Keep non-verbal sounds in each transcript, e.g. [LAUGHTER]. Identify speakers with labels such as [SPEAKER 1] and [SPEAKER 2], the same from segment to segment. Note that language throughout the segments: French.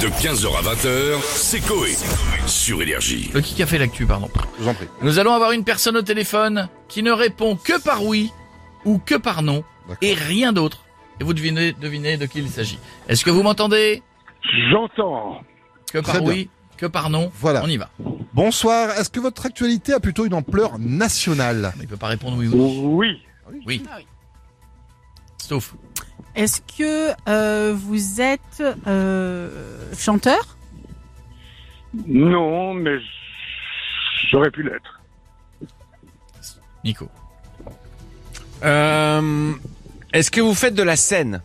[SPEAKER 1] De 15h à 20h, c'est Coé. Sur Énergie.
[SPEAKER 2] Le Euh, qui a fait l'actu, pardon.
[SPEAKER 3] Je vous en prie.
[SPEAKER 2] Nous allons avoir une personne au téléphone qui ne répond que par oui ou que par non
[SPEAKER 3] D'accord.
[SPEAKER 2] et rien d'autre. Et vous devinez, devinez de qui il s'agit. Est-ce que vous m'entendez
[SPEAKER 4] J'entends.
[SPEAKER 2] Que par
[SPEAKER 3] Très bien.
[SPEAKER 2] oui, que par non.
[SPEAKER 3] Voilà.
[SPEAKER 2] On y va.
[SPEAKER 3] Bonsoir. Est-ce que votre actualité a plutôt une ampleur nationale
[SPEAKER 2] Il peut pas répondre oui ou non.
[SPEAKER 4] Oui.
[SPEAKER 2] Oui.
[SPEAKER 5] Ah oui.
[SPEAKER 2] Sauf.
[SPEAKER 5] Est-ce que euh, vous êtes euh, chanteur
[SPEAKER 4] Non, mais j'aurais pu l'être.
[SPEAKER 2] Nico.
[SPEAKER 6] Euh, Est-ce que vous faites de la scène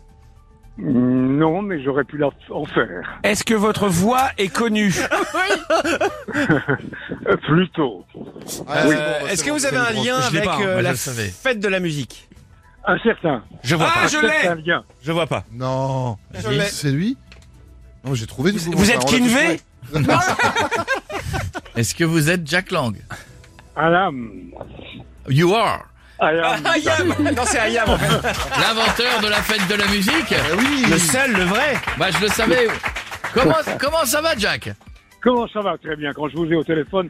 [SPEAKER 4] Non, mais j'aurais pu la- en faire.
[SPEAKER 6] Est-ce que votre voix est connue
[SPEAKER 4] Euh, Plutôt.
[SPEAKER 3] Ah, c'est bon,
[SPEAKER 6] Euh,
[SPEAKER 3] bah,
[SPEAKER 6] Est-ce
[SPEAKER 3] c'est
[SPEAKER 6] que
[SPEAKER 3] bon,
[SPEAKER 6] vous
[SPEAKER 3] c'est
[SPEAKER 6] avez
[SPEAKER 3] bon.
[SPEAKER 6] un lien
[SPEAKER 2] Je l'ai
[SPEAKER 6] avec
[SPEAKER 2] pas,
[SPEAKER 6] euh,
[SPEAKER 2] moi, je
[SPEAKER 6] la
[SPEAKER 2] le savais.
[SPEAKER 6] fête de la musique Ah,
[SPEAKER 4] Un certain.
[SPEAKER 6] Je vois
[SPEAKER 4] un
[SPEAKER 6] pas.
[SPEAKER 4] certain lien.
[SPEAKER 6] Je vois pas.
[SPEAKER 3] Non.
[SPEAKER 2] Je l'ai.
[SPEAKER 3] C'est lui Non, j'ai trouvé du
[SPEAKER 6] Vous,
[SPEAKER 3] coup,
[SPEAKER 6] vous
[SPEAKER 3] enfin,
[SPEAKER 6] êtes
[SPEAKER 3] on l'a tous trouvé.
[SPEAKER 6] Kinvé
[SPEAKER 2] Est-ce que vous êtes Jack Lang
[SPEAKER 4] Alam.
[SPEAKER 2] You are
[SPEAKER 4] Alam.
[SPEAKER 6] Ah, Ayam Non, c'est Ayam en fait.
[SPEAKER 2] l'inventeur de la fête de la musique.
[SPEAKER 3] Ah oui.
[SPEAKER 6] Le seul, le vrai.
[SPEAKER 2] Bah je le savais. Comment comment ça va Jack
[SPEAKER 4] Comment ça va Très bien. Quand je vous ai au téléphone,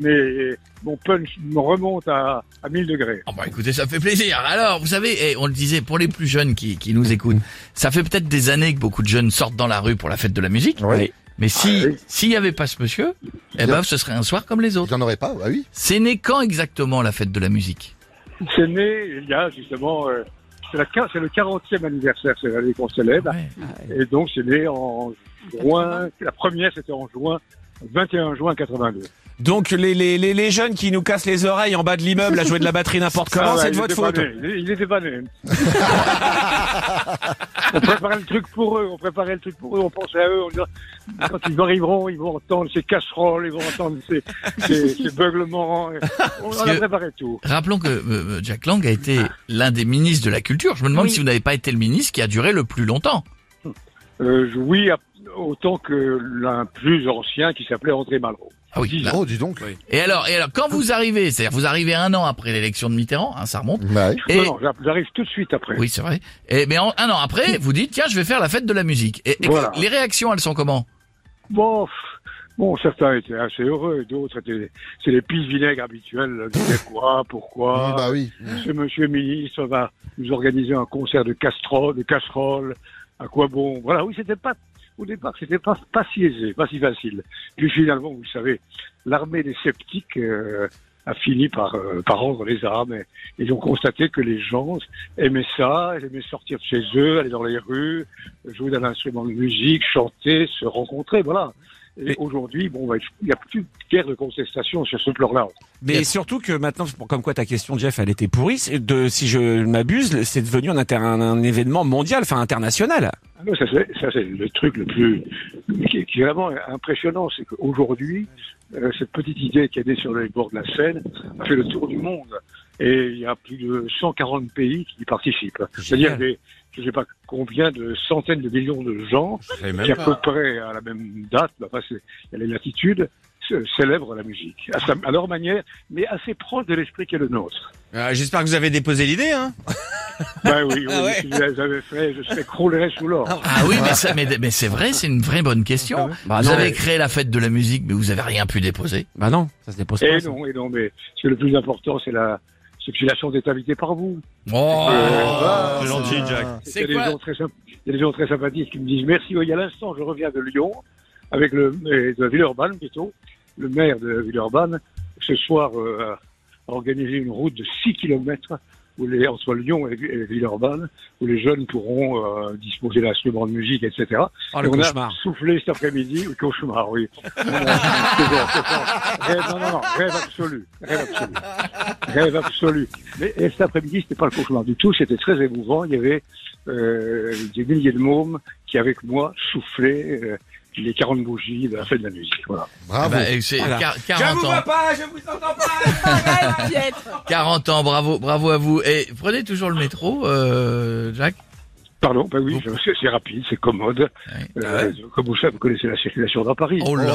[SPEAKER 4] mais mon punch me remonte à, à 1000 degrés.
[SPEAKER 2] Oh bah écoutez, ça fait plaisir. Alors, vous savez, eh, on le disait pour les plus jeunes qui, qui nous écoutent, ça fait peut-être des années que beaucoup de jeunes sortent dans la rue pour la fête de la musique.
[SPEAKER 3] Ouais.
[SPEAKER 2] Mais si
[SPEAKER 4] Ah oui.
[SPEAKER 2] s'il n'y avait pas ce monsieur, eh ben ce serait un soir comme les
[SPEAKER 3] Il
[SPEAKER 2] autres.
[SPEAKER 3] n'en aurait pas. Ah oui.
[SPEAKER 2] C'est né quand exactement la fête de la musique
[SPEAKER 4] C'est né il y a justement... euh, c'est la quin- c'est le 40e anniversaire cette année qu'on célèbre.
[SPEAKER 2] Ouais.
[SPEAKER 4] Et donc c'est né en juin. La première c'était en juin. 21 juin 82.
[SPEAKER 6] Donc les, les, les, les jeunes qui nous cassent les oreilles en bas de l'immeuble à jouer de la batterie n'importe comment,
[SPEAKER 4] Ah ouais,
[SPEAKER 6] c'est de
[SPEAKER 4] il
[SPEAKER 6] votre
[SPEAKER 4] était
[SPEAKER 6] faute.
[SPEAKER 4] pas né. Il il était pas
[SPEAKER 6] [LAUGHS]
[SPEAKER 4] né. on préparait le truc pour eux, on préparait le truc pour eux, on pensait à eux, on disait, quand ils arriveront, ils vont entendre ces casseroles, ils vont entendre ces, ces, ces beuglements. On, on a
[SPEAKER 2] que-
[SPEAKER 4] préparé tout.
[SPEAKER 2] Rappelons que euh, euh, Jack Lang a été l'un des ministres de la culture. Je me demande
[SPEAKER 5] Oui.
[SPEAKER 2] si vous n'avez pas été le ministre qui a duré le plus longtemps.
[SPEAKER 4] Euh, je- oui, à- autant que l'un plus ancien qui s'appelait André Malraux.
[SPEAKER 2] Ah oui. là.
[SPEAKER 3] Oh, dis donc.
[SPEAKER 6] Oui.
[SPEAKER 2] Et alors, et alors quand vous arrivez, c'est-à-dire vous arrivez un an après l'élection de Mitterrand, hein, ça remonte.
[SPEAKER 3] Ouais.
[SPEAKER 2] Et-
[SPEAKER 4] Non, non, j'ar- j'arrive tout de suite après.
[SPEAKER 2] Oui, c'est vrai. Et, mais en- un an après, vous dites, tiens, je vais faire la fête de la musique. Et, et
[SPEAKER 4] Voilà.
[SPEAKER 2] les réactions, elles sont comment
[SPEAKER 4] Bon, pff, bon, certains étaient assez heureux, d'autres étaient, c'est les pis vinaigres habituels. Ils disaient quoi, pourquoi?
[SPEAKER 6] Ah.
[SPEAKER 3] Oui, Bah oui.
[SPEAKER 4] Ce monsieur ministre va nous organiser un concert de casseroles, de casseroles, à quoi bon Voilà, oui, c'était pas, au départ, c'était pas, pas si aisé, pas si facile. Puis finalement, vous le savez, l'armée des sceptiques euh, a fini par, euh, par rendre les armes et ils ont constaté que les gens aimaient ça, ils aimaient sortir de chez eux, aller dans les rues, jouer d'un instrument de musique, chanter, se rencontrer, voilà. Et
[SPEAKER 6] Mais-
[SPEAKER 4] aujourd'hui, bon, bah, il n'y a plus guère de contestation sur ce plan-là.
[SPEAKER 6] Mais
[SPEAKER 2] Yes.
[SPEAKER 6] surtout que maintenant, c'est pour- comme quoi ta question, Jeff, elle était pourrie. c'est De, si je ne m'abuse, c'est devenu un, inter- un- un événement mondial, enfin international.
[SPEAKER 4] Ah non, ça c'est ça, c'est le truc le plus qui, qui est vraiment impressionnant, c'est qu'aujourd'hui euh, cette petite idée qui est née sur les bords de la Seine a fait le tour du monde et il y a plus de 140 pays qui y participent. C'est-à-dire des je sais pas combien de centaines de millions de gens qui à peu près à la même date, bah, enfin, c'est- il y a les latitudes, se- célèbrent la musique à, sa- à leur manière, mais assez proche de l'esprit qui est le nôtre.
[SPEAKER 6] Euh, J'espère que vous avez déposé l'idée. Hein
[SPEAKER 4] Ben oui, oui,
[SPEAKER 6] [LAUGHS] Ah ouais.
[SPEAKER 4] si je les avais fait, je m'écroulerais sous l'or.
[SPEAKER 2] Ah oui, mais, ça- mais, mais c'est vrai, c'est une vraie bonne
[SPEAKER 4] Ah
[SPEAKER 2] question.
[SPEAKER 4] Bah
[SPEAKER 2] vous
[SPEAKER 6] non,
[SPEAKER 2] avez
[SPEAKER 6] mais-
[SPEAKER 2] créé la fête de la musique, mais vous avez rien pu déposer.
[SPEAKER 6] Bah non, ça se dépose pas.
[SPEAKER 4] Et
[SPEAKER 6] ça.
[SPEAKER 4] Eh non, et non, mais c'est le plus important, c'est la, c'est que j'ai la chance d'être invité par vous.
[SPEAKER 2] Oh,
[SPEAKER 4] Euh,
[SPEAKER 3] Ah,
[SPEAKER 6] gentil, Jack.
[SPEAKER 2] C'est
[SPEAKER 4] Il y a
[SPEAKER 2] quoi
[SPEAKER 4] des gens très symp- Il y a des gens très sympathiques qui me disent merci. Oui, il y a l'instant, je reviens de Lyon avec le et de Villeurbanne plutôt, le maire de Villeurbanne. Ce soir, euh, a organisé une route de 6 kilomètres où les, entre Lyon et, et Villeurbanne, où les jeunes pourront euh, disposer d'instruments de musique, etc.
[SPEAKER 6] Oh,
[SPEAKER 2] Ah,
[SPEAKER 6] le
[SPEAKER 4] Et on
[SPEAKER 6] cauchemar.
[SPEAKER 4] a soufflé cet après-midi, le
[SPEAKER 2] [LAUGHS]
[SPEAKER 4] cauchemar, oui. On a- c'est bon, c'est bon. Rêve, non, non, non, rêve absolu, rêve absolu, rêve absolu. Mais et cet après-midi, c'était pas le cauchemar du tout, c'était très émouvant. Il y avait euh, des milliers de mômes qui, avec moi, soufflaient euh, les 40 bougies de la fête de la musique. Voilà.
[SPEAKER 3] Bravo.
[SPEAKER 6] Ah,
[SPEAKER 2] Bah, et c'est
[SPEAKER 6] Voilà.
[SPEAKER 2] quar- 40 ans,
[SPEAKER 6] pas, je vous entends pas.
[SPEAKER 5] Arrête, Piet.
[SPEAKER 2] 40 ans, bravo, bravo à vous. Et prenez toujours le métro, euh, Jack.
[SPEAKER 4] Pardon, bah oui, je- c'est- c'est rapide, c'est commode.
[SPEAKER 2] Ouais.
[SPEAKER 4] Euh, Comme vous savez, vous connaissez la circulation dans Paris.
[SPEAKER 2] Oh là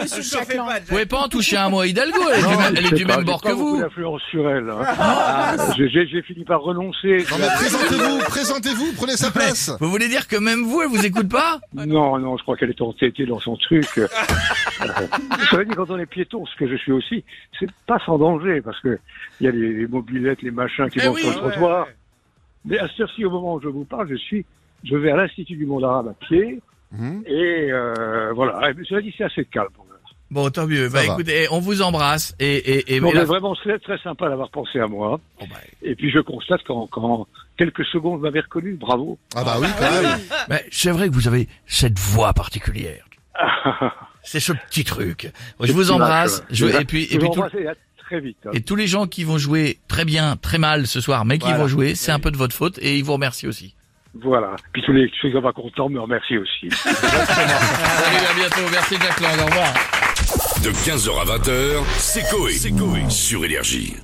[SPEAKER 5] Monsieur
[SPEAKER 7] Chauffez
[SPEAKER 5] Jacquemin.
[SPEAKER 7] pas,
[SPEAKER 2] Vous pouvez pas en toucher un moi Hidalgo, elle est du même, elle est
[SPEAKER 4] Je sais
[SPEAKER 2] du
[SPEAKER 4] Oh, pas,
[SPEAKER 2] même
[SPEAKER 4] j'ai
[SPEAKER 2] bord
[SPEAKER 4] pas
[SPEAKER 2] que
[SPEAKER 4] beaucoup
[SPEAKER 2] vous.
[SPEAKER 4] d'influence sur elle. hein. J'ai- J'ai j'ai fini par renoncer.
[SPEAKER 3] Non, mais présentez-vous, présentez-vous, prenez
[SPEAKER 6] Bah,
[SPEAKER 3] sa place.
[SPEAKER 2] Vous voulez dire que même vous, elle vous écoute pas
[SPEAKER 4] Non, non, je crois qu'elle est entêtée dans
[SPEAKER 2] [LAUGHS]
[SPEAKER 4] son truc. Euh, Ça veut dire quand on est piéton, ce que je suis aussi, c'est pas sans danger parce que il y a les, les mobilettes, les machins qui
[SPEAKER 2] Eh
[SPEAKER 4] vont
[SPEAKER 2] oui,
[SPEAKER 4] sur le
[SPEAKER 2] ouais,
[SPEAKER 4] trottoir. Mais à ce ci au moment où je vous parle, je suis, je vais à l'Institut du monde arabe à pied
[SPEAKER 3] Mhm.
[SPEAKER 4] et euh, voilà. Eh, Mais cela dit, c'est assez calme. pour l'heure.
[SPEAKER 2] Bon, tant mieux. Bah
[SPEAKER 3] Ça va.
[SPEAKER 2] écoutez, on vous embrasse et et et.
[SPEAKER 4] Non,
[SPEAKER 2] et la-
[SPEAKER 4] mais vraiment, c'est très sympa d'avoir pensé à moi.
[SPEAKER 2] Oh, bah,
[SPEAKER 4] Et puis je constate qu'en qu'en quelques secondes, vous m'avez reconnu. Bravo.
[SPEAKER 3] Ah bah oui, quand même.
[SPEAKER 2] bah, c'est vrai que vous avez cette voix particulière. C'est ce petit truc. Je vous embrasse. Je, et puis
[SPEAKER 4] Je
[SPEAKER 2] et puis
[SPEAKER 4] vous
[SPEAKER 2] tout-
[SPEAKER 4] embrasse et à très vite. hein.
[SPEAKER 2] et tous les gens qui vont jouer très bien, très mal ce soir, mais qui
[SPEAKER 6] Voilà.
[SPEAKER 2] vont jouer, c'est un peu de votre faute et ils vous remercient aussi.
[SPEAKER 4] Voilà. Puis tous les ceux qui sont pas contents me remercient aussi.
[SPEAKER 2] Salut, à bientôt. Merci Jacques Lang. Au revoir.
[SPEAKER 1] De 15h à 20h, c'est Coé. Sur Énergie.